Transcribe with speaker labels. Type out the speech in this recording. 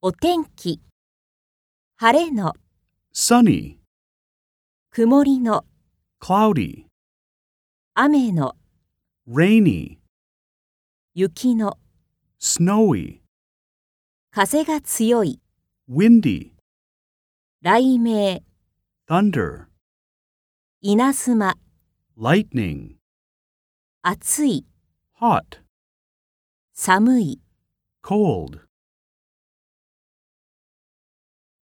Speaker 1: お天気。晴れの、
Speaker 2: sunny,
Speaker 1: 曇りの、
Speaker 2: cloudy,
Speaker 1: 雨の、
Speaker 2: rainy,
Speaker 1: 雪の、
Speaker 2: snowy,
Speaker 1: 風が強い、
Speaker 2: windy,
Speaker 1: 雷鳴、
Speaker 2: thunder,
Speaker 1: 稲妻、
Speaker 2: lightning,
Speaker 1: 暑い、
Speaker 2: hot,
Speaker 1: 寒い。
Speaker 2: cold.